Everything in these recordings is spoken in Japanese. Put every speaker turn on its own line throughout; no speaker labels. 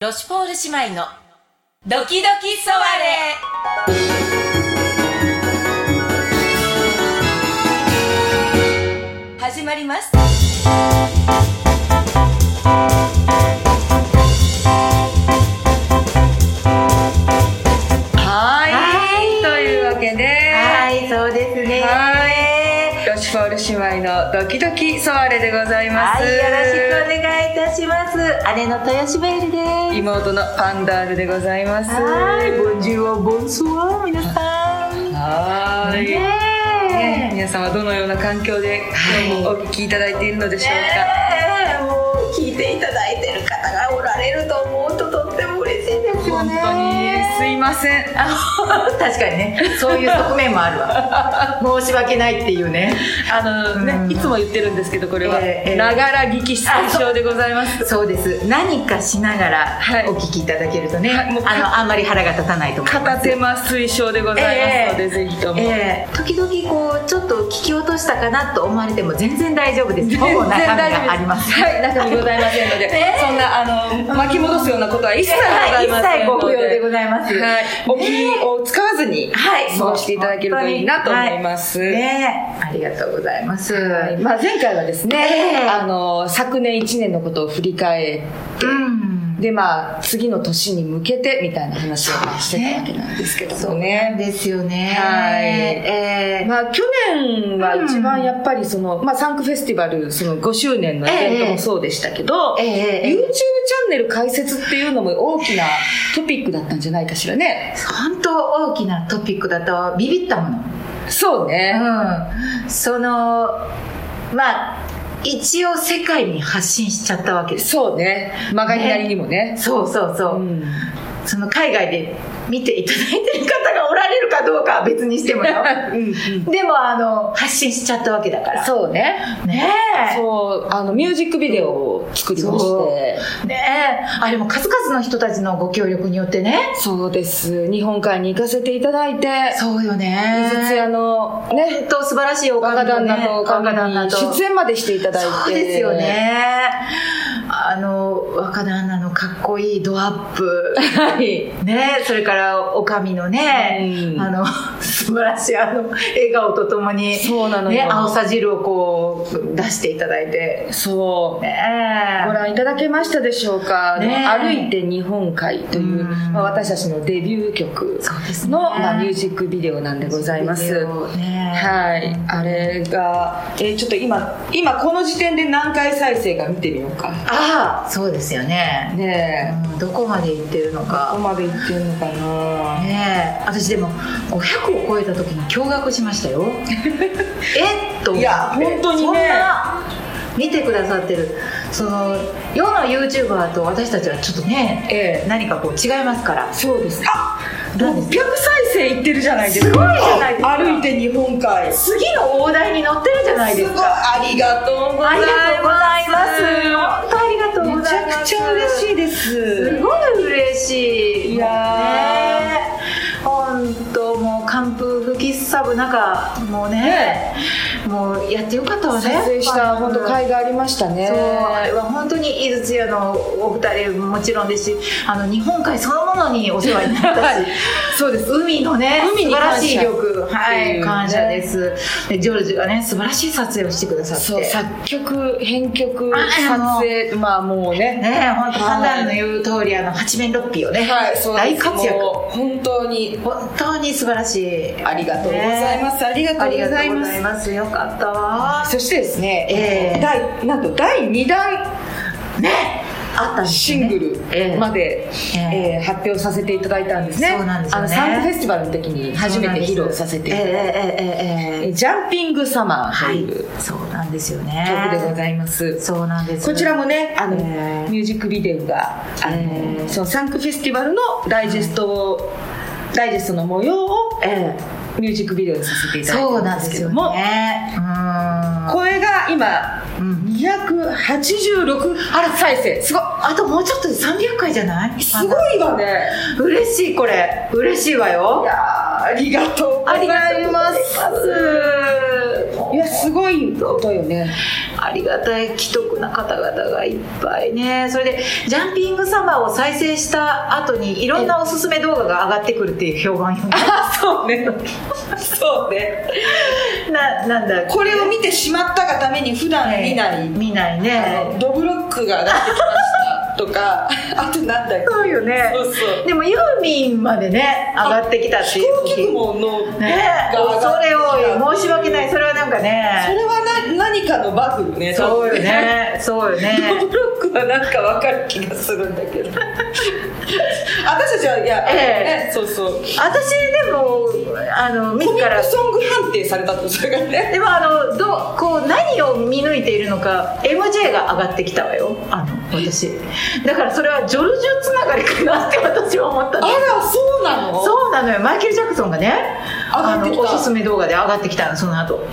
ロシュポール姉妹のドキドキソワレ始まりますはい
はい
というわけで
はい、そうですね。
はいロシュポール姉妹のドキドキソワレでございます、
はい、よろしくお願いいたします。姉の豊島エルです。
妹のパンダールでございます
はい、ボンジューボンスワー、皆さん。
はーい、ねえ
ねえ。
皆さんはどのような環境で今日もお聞きいただいているのでしょうか、
ねえもう聞いていただいてる方がおられると思うととっても嬉しいですよ
本
ね。
当にすいません
あの 確かにね、そういう側面もある わ。申し訳ないっていうね。
あのね、
うん
いつも言ってるんですけどこれは
ええええ
ながら聞き推奨でございます
そうです。何かしながら
はい
お聞きいただけるとね、
はいもう
あのあんまり腹が立たないと思います。
片手間推奨でございますので、
ええ
ぜひとも、
ええ時々こうちょっと聞き落としたかなと思われても全然大丈夫です。
全
ほ
然
ぼ中身
大丈夫です
があります。
はい中身ございません ので、
ねえ
そんなあの巻き戻すようなことは一切ございま
はい一
せ
切
んの
ご不要でご
い
ざいます。
はい、お気を使わずに
はい
過ごしていただけるといいなと思います、
はいねえありがとうございます。
はいまあ、前回はですね、
ええ
あの昨年1年のことを振り返って、
うん。
でまあ次の年に向けてみたいな話をしてたわけなんですけどもね
ですよね。
はい
ええ
まあ、去年は一番やっぱりその、まあ、サンクフェスティバルその5周年のイベントもそうでしたけど、
ええええ
YouTube チャンネル開設っていうのも大きなトピックだったんじゃないかしらね
本当大きなトピックだとビビったもの。
そうね、
うん、そのまあ一応世界に発信しちゃったわけです
そうね曲がりなりにもね
そうそうそう、
うん
その海外で見ていただいてる方がおられるかどうかは別にして もよ
うんうん
でもあの発信しちゃったわけだから
そうね
ねえ
そうあのミュージックビデオを作りまして
ねえあれも数々の人たちのご協力によってね
そうです日本海に行かせていただいて
そうよね
井筒屋のね
本当素晴らしいお
若
方
旦那と
若旦那と
女に出演までしていただいて
そうですよねあの若旦那のかっこいいドアッ プ
はい
ねそれからおかみのね、
うん
あの素晴らしいあの笑顔とともに
そうなのよ
ね、青さ汁をこう出していただいて
そう
ね
ご覧いただけましたでしょうか、
ね
歩いて日本海という、
うん
まあ、私たちのデビュー曲
そうですね
の、まあ、ミュージックビデオなんでございます
ね
はいあれが、えーちょっと今今この時点で何回再生か見てみようか
ああそうですよね
ねえ
うんどこまで行ってるの
ここ
か
までいってるのかな
ねえ私でも500を超えた時に驚愕しました よえっと思って
いや本当にね
そんな見てくださってるその世の YouTuber と私たちはちょっとね
ええ
何かこう違いますから
そうですあ
何で
600
す
再生いってるじゃないですか
すごいじゃないですか
歩いて日本海す
次の大台に乗ってるじゃないです
ごい
か
ありがとうござ
あ
い
りがとうございま
ます
す本当ありがとうご
めち
ざい
ゃ
ます
くちゃ嬉しいです
すごい嬉しい
いやー
ねえ本当もう寒風吹きすさぶ中もうね
ね
もうやってよかったわね
撮影した本当会がありましたね
そうあれは本当に井筒屋のお二人もちろんですしあの日本海そのものにお世話にな ったしそうです海のね
海に
素晴
感謝
らしい力は
っていう
い
ね
感謝ですでジョルジュがね素晴らしい撮影をしてくださって
そう作曲編曲
あ
撮影まあもうね
ねえ本当パンダールの言う通りあの八面六臂をね、
はいそうなん
大
です
活躍
もう本当に
本当に素晴らしい、
ありがとうございますすありが
あ
と
り
う
が
ござ
と
いう
ご
ま
ざい
す
ますよかったわ
そしてですね、
ええ
第なんと第2弾
ねあったんです
シ
よね
ングルまで、
ええ
えー発表させていただいたんですね
そうなんですよね
あのサンクフェスティバルの時に初めて披露させていただいた
ええええええええ
ジャンピングサマーと
はい
いう
そうなんですよね
曲でございます、
そうなんです
こちらもねあの、
ええ
ミュージックビデオがあの、
ええ
そのサンクフェスティバルのダイジェストを、ダイジェストの模様を
え
ミュージックビデオにさせてい
え
ただい
そう
た
なんん
で
です
け
す
ど
よ
も、
ねうーん
これが今、
うん
286あら再生すごい
あともうちょっとで300回じゃない
すごいわね
嬉しいこれ嬉しいわよ
いや
ありがとうございます。
いや、すごいことよね。
ありがたい既得な方々がいっぱいね。それで、ジャンピングサマーを再生した後に、いろんなおすすめ動画が上がってくるっていう評判よ、ね。
あ、そうね。 そうね。
な、なんだ
これを見てしまったがために、普段見ない、
見ないね。
ドブロックが上がってきました。と か、あとなんだっけ。
そうよね。。
そうそう
でも、ユーミンまでね、上がってきたっていう。
飛行機雲の、
ね。それを、申し訳ない。それはなんかね。
それはな何かのバグね。
そうよね。そうよね。
ドブロックはなんかわかる気がするんだけど。 私たちは、いや、
え
え、そうそう。
私でも、あの、
自ら。ソング判定されたとそれがね。
でも、あの、ど、こう、何を見抜いているのか、MJ が上がってきたわよ。あの、私。だから、それはジョルジュつながりかなって私は思ったあ
ら、そうなの
そうなのよ。マイケル・ジャクソンがね、
あの、
おすすめ動画で上がってきたの、その後。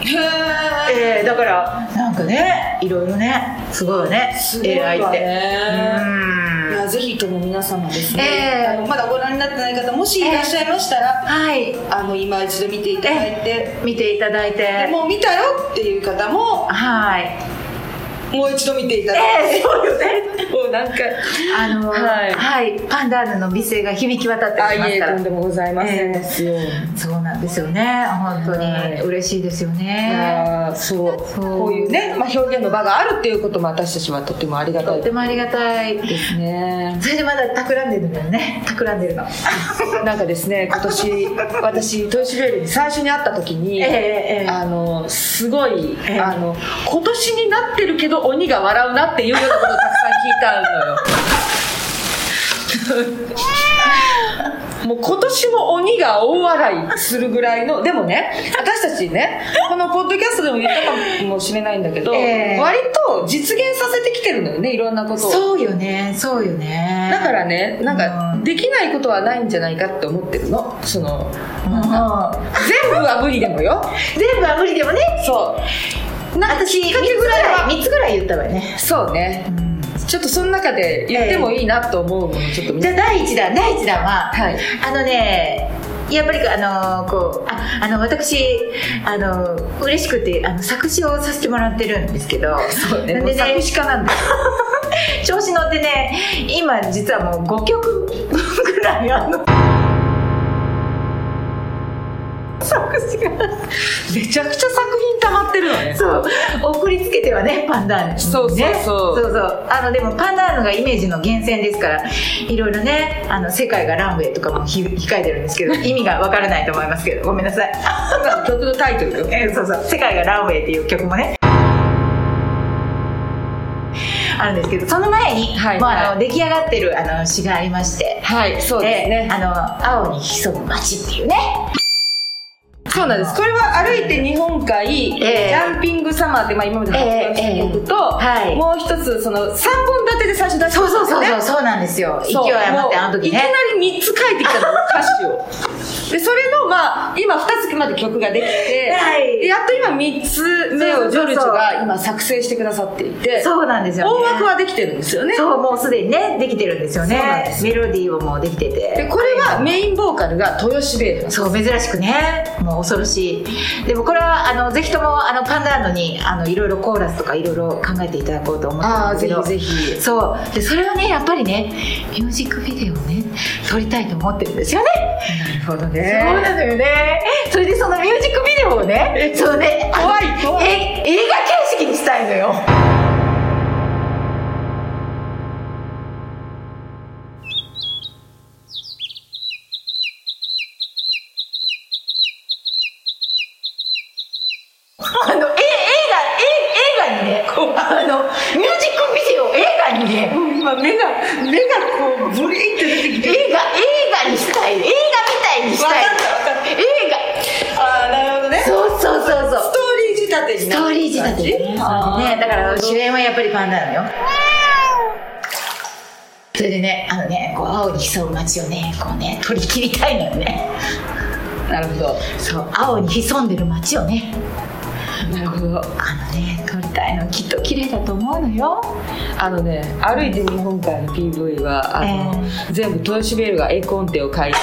へえー、だから、なんかね、いろいろね、すごいよね。
すごいわね。AI って。うん。いやぜひとも皆様ですね、えー、あのまだご覧になってない方もしいらっしゃいましたら、
えー、はい、
あの今一度見ていただいて、
見ていただいて
もう見たよっていう方も
はい
もう一度見ていただ
いて、えー、そうよね
もうなんか
あのはい、はい、パンダーヌの美声が響き渡って
きますからとんでもございません、え
ー、そうなんですよね本当に嬉しいですよね
そうこういうね、まあ、表現の場があるっていうことも私たちはとてもありがたい
とてもありがたい
ですね
それでまだ企んでるのよね企んでるの
なんかですね今年私豊島ベルに最初に会った時に、
え
ー、あのすごい、えー、あの今年になってるけど鬼が笑うなっていうようなことをたくさん聞いたのよもう今年も鬼が大笑いするぐらいの、でもね、私たちね、このポッドキャストでも言ったかもしれないんだけど、えー、割と実現させてきてるのよね、いろんなことを。
そうよね、そうよね。
だからね、なんか、できないことはないんじゃないかって思ってるの。その、全部は無理でもよ。
全部は無理でもね。。
そう
な私、3つぐらい、3つぐらい言ったわよね。
そうね。うんちょっとその中で言ってもいいなと思うもの、えー、ちょっと
じゃあ第1弾第1弾は、
はい、
あのねやっぱりあのこうああの私あの嬉しくてあの作詞をさせてもらってるんですけど
そうねね作詞家なんだ
調子乗ってね今実はもう5曲ぐらいあの作詞が
めちゃくちゃ作品溜まってるのね
そう送りつけてはねパンダーヌ、ね、
そうそうそう
そうそうあのでもパンダーヌがイメージの源泉ですからいろいろねあの世界がランウェイとかも控えてるんですけど意味がわからないと思いますけどごめんなさい
曲のタイトルよ、
えー、そうそう「世界がランウェイ」っていう曲もねあるんですけどその前に、はい、もうあの出来上がってるあの詩がありまして
はいそうですね
あの青に潜む街っていうね
そうなんです。これは歩いて日本海、えー、ジャンピングサマーって、まあ、今まで発表しておくと、えーえーはい、もう一つ、その、3本立てで最初出した、
ね、そうそうそう、そうなんですよ。勢い余って、あの時、ね、
いきなり3つ書いてきたの、歌詞を。で、それの、まあ、今2つまで曲ができて、
はい、
やっと今3つ目をジョルジュが今作成してくださっていて、
そうなんですよ、ね、
大枠はできてるんですよね。
そう、もうすでにね、できてるんですよね。メロディーをもうできてて。
で、これはメインボーカルが豊志ベール
そう、珍しくね。もう恐ろしいでもこれはあのぜひともあのパンダーノにあのいろいろコーラスとかいろいろ考えていただこうと思ってます
けどぜひぜひ
そうでそれはねやっぱりねミュージックビデオをね撮りたいと思ってるんですよね
なるほどね
そうなのよねそれでそのミュージックビデオをねそのね
怖い怖い
え映画形式にしたいのよ
目が目がこうブリンって出てきて
映画映画にしたい映画みたいにしたい映
画ああなるほどね
そうそうそうそう
ストーリー仕立てに
ストーリー仕立てねねだから主演はやっぱりパンダなのよそれでねあのねこう青に潜む街をねこうね取り切りたいのよね
なるほど
そう青に潜んでる街をね
なるほどあ
のね撮りたいのきっと綺麗だと思うのよ
あのね歩いて日本海の PV はあの、えー、全部トヨシベールが絵コンテを書いて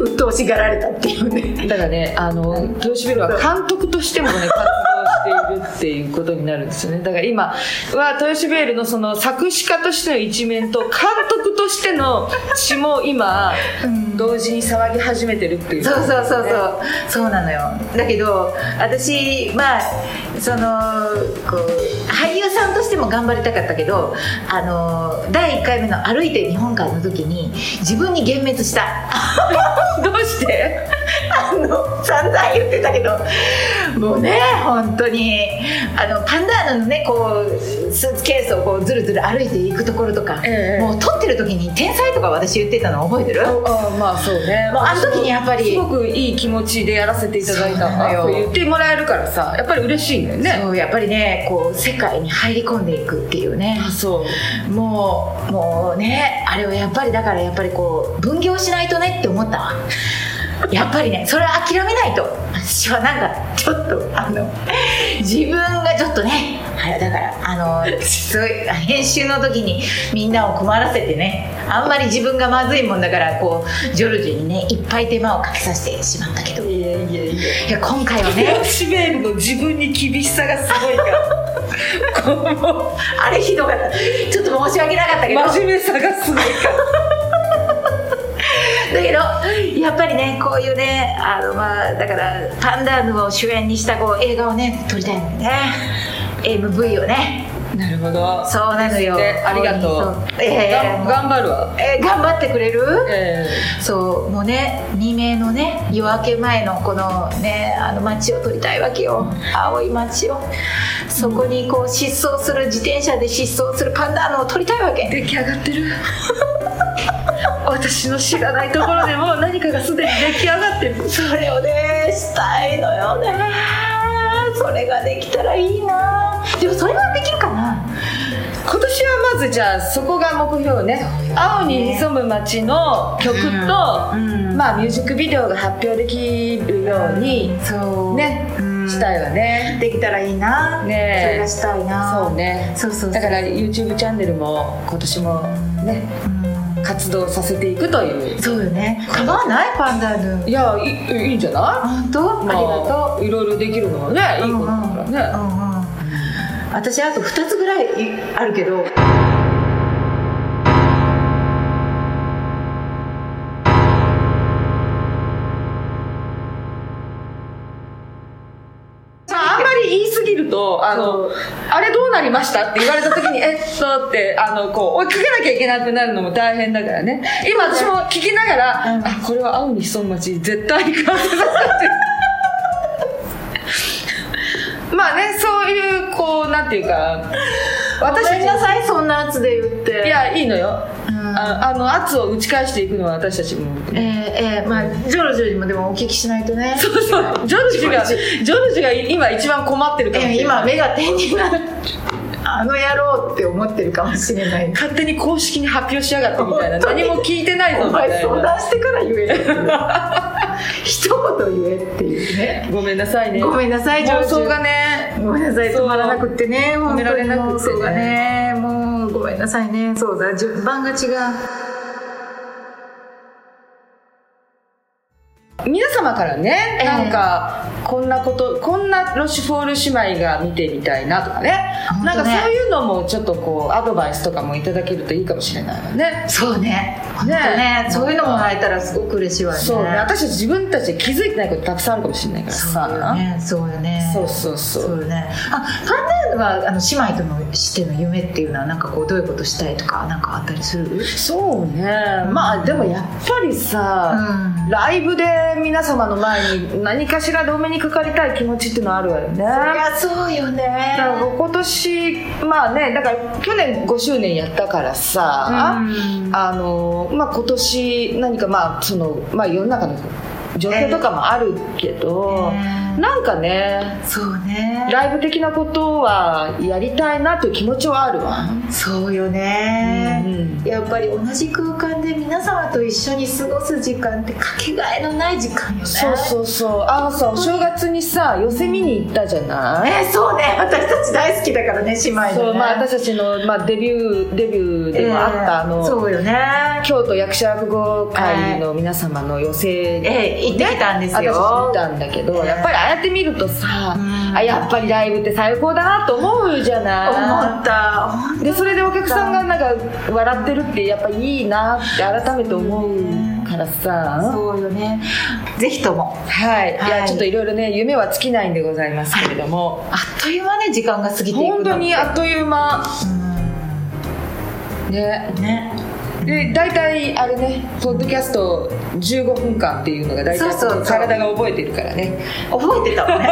鬱陶しがられたっていうね
だからねあの、豊島ビルは監督としてもね活動しているっていうことになるんですよねだから今は豊島ビルのその作詞家としての一面と監督としての詩も今、同時に騒ぎ始めてるっていう、
そうそうそうそうそうなのよだけど私まあそのこう俳優さんとしても頑張りたかったけどあの第1回目の「歩いて日本海」の時に自分に幻滅した
どうして
あの散々言ってたけどもうね本当にあのパンダーナのねこうスーツケースをこうずるずる歩いていくところとか、
ええ
もう撮ってる時に「天才」とか私言ってたの覚えてる
ああまあそうね
もうあの時にやっぱり
すごくいい気持ちでやらせていただいた
そうなのよ
と言ってもらえるからさやっぱり嬉しいんだよね
そうやっぱりねこう世界に入り込んでいくっていうね
あそう
もうもうねあれはやっぱりだからやっぱりこう分業しないとねって思ったわ やっぱりねそれは諦めないと私はなんかちょっとあの自分がちょっとねあれだからあのすごい編集の時にみんなを困らせてねあんまり自分がまずいもんだからこうジョルジュにねいっぱい手間をかけさせてしまったけどい
いやいやいや
や今回はね
豊島ベルの自分に厳しさがすごいからこの
あれひどかったちょっと申し訳なかったけど
真面目さがすごいから
だけどやっぱりねこういうねあのまあだからパンダーヌを主演にしたこう映画をね撮りたいのよね MV をね
なるほど
そうなのよ
でありがとう
そうええ
がん頑張るわ
えー頑張ってくれる、
え
そうもうね未明のね夜明け前のこのねあの街を撮りたいわけよ青い街をそこにこう失踪する自転車で失踪するパンダーヌを撮りたいわけ
え出来上がってる 私の知らないところでもう何かがすでに出来上がってる
それをねしたいのよねそれができたらいいなでもそれはできるかな
今年はまずじゃあそこが目標ね青に潜む街の曲と、
うんうん
まあミュージックビデオが発表できるように
そう
ね、
うん
したいわね
できたらいいなそ
ねえ
れがしたいな
そうね
そうそうそう
だから YouTube チャンネルも今年もね
うん
活動させていくという
そうよね構わないパンダー
い
ヌ
やいいいんじゃない
本当、
ま
あ、
いろいろできるのはねいいことだからね、
うんうんうんうん私あと2つぐらいあるけど
まあ、あんまり言いすぎると、あの
そう、
あれどうなりましたって言われた時に、 えっとって、あの、こう、追いかけなきゃいけなくなるのも大変だからね。今私も聞きながら、
うん
あ、これは青に潜む街、絶対に感じ なさって。まあね、そういう、こう、なんていうか、私
ご
た
めん
ち
なさいそんな圧で言って
いや、いいのよ。
うん
ああの、圧を打ち返していくのは私たちも。
えー、えー、まあジョロジョにもでもお聞きしないとね
そうそう、ジョルジュが、ジョルジュが今一番困ってるかもしれ
え
ない。
今目が点になるあの野郎って思ってるかもしれない
勝手に公式に発表しやがってみたいな
本当に
何も聞いてないぞ
お
みた
前
い
相
な
談してから言えよっていう 一言言えっていうね
ごめんなさいね
ごめんなさい
妄想
が
がね
ごめんなさい
そう
止まらなくってね
止められなくって
本当
ね
に妄想がねもうごめんなさいねそうだ順番が違う
皆様からね、
ええ
なんかこんなことこんなロシュフォール姉妹が見てみたいなとかね
本当
な
ね
んかそういうのもちょっとこうアドバイスとかもいただけるといいかもしれないわね
そうね本当ね
ね
そういうのもらえたらすごく嬉しいわね
そうね私たち自分たちで気づいてないことたくさんあるかもしれないから
そ
さ
うよねそうよね
そうそうそう
そうよねあファンダーヌはあの姉妹とのしての夢っていうのはなんかこうどういうことしたいとかなんかあったりするうん
そうねまあでもやっぱりさ、
うん
ライブで皆様の前に何かしらでお目にかかりたい気持ちっていうのはあるわよね
そうよね
だから今年まあねだから去年5周年やったからさ、
うん
あのまあ、今年何かまあその、まあ、世の中の状況とかもあるけど、なんかね
そうね
ライブ的なことはやりたいなという気持ちはあるわ
そうよね、
うんうん
やっぱり同じ空間で皆様と一緒に過ごす時間ってかけがえのない時間よね
そうそうそうああさお正月にさ寄せ見に行ったじゃない、
ねそうね私たち大好きだからね姉妹のね
そうまあ、私たちの、まあ、デビューデビューでもあった、あ
え
の
えそうよね
京都役者落語会の皆様の寄席
ええ行ってきたんですよ
私見たんだけど、
ええ
やっぱりああやって見るとさ、
うん
あやっぱりライブって最高だなと思うじゃない
思った
でそれでお客さんがなんか笑ってるってやっぱいいなって改めて思うからさ、
そうよねぜひとも
はい、い
は
や
い
ちょっといろいろね夢は尽きないんでございますけれども
あっという間ね時間が過ぎていくの
本当にあっという間ね
うんね
で大体あれねポッドキャスト15分間っていうのが大体
そうそうそう
体が覚えてるからね
覚えてた もんね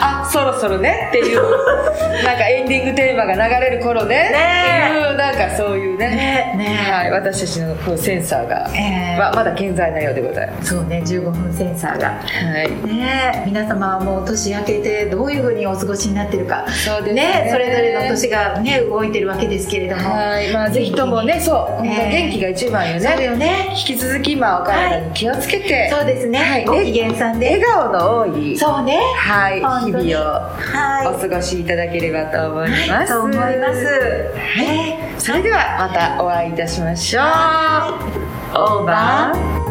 あそろそろねっ ていうなんかエンディングテーマが流れる頃ね
ねえ
っていうなんかそういうね
ねえねえ
はい、私たちのこうセンサーが、
ええ
ままだ健在なようでございます、
そうね15分センサーが
はい
ねえ皆様はもう年明けてどういうふうにお過ごしになってるか
そうですね
ねえそれぞれの年がね動いてるわけですけれども
はいまあ、ぜひともねそう、本当
ええ
元気が一番
そ
よ
うだ
ね
よね
引き続き、まあ、お体に気をつけて、
そうですね、
はい
ご機嫌さん
笑
で
顔の多い、
そうね
はい、
本当に
日々を
はい
お過ごしいただければと思います、
はいと思います
はい、それではまたお会いいたしましょうオーバー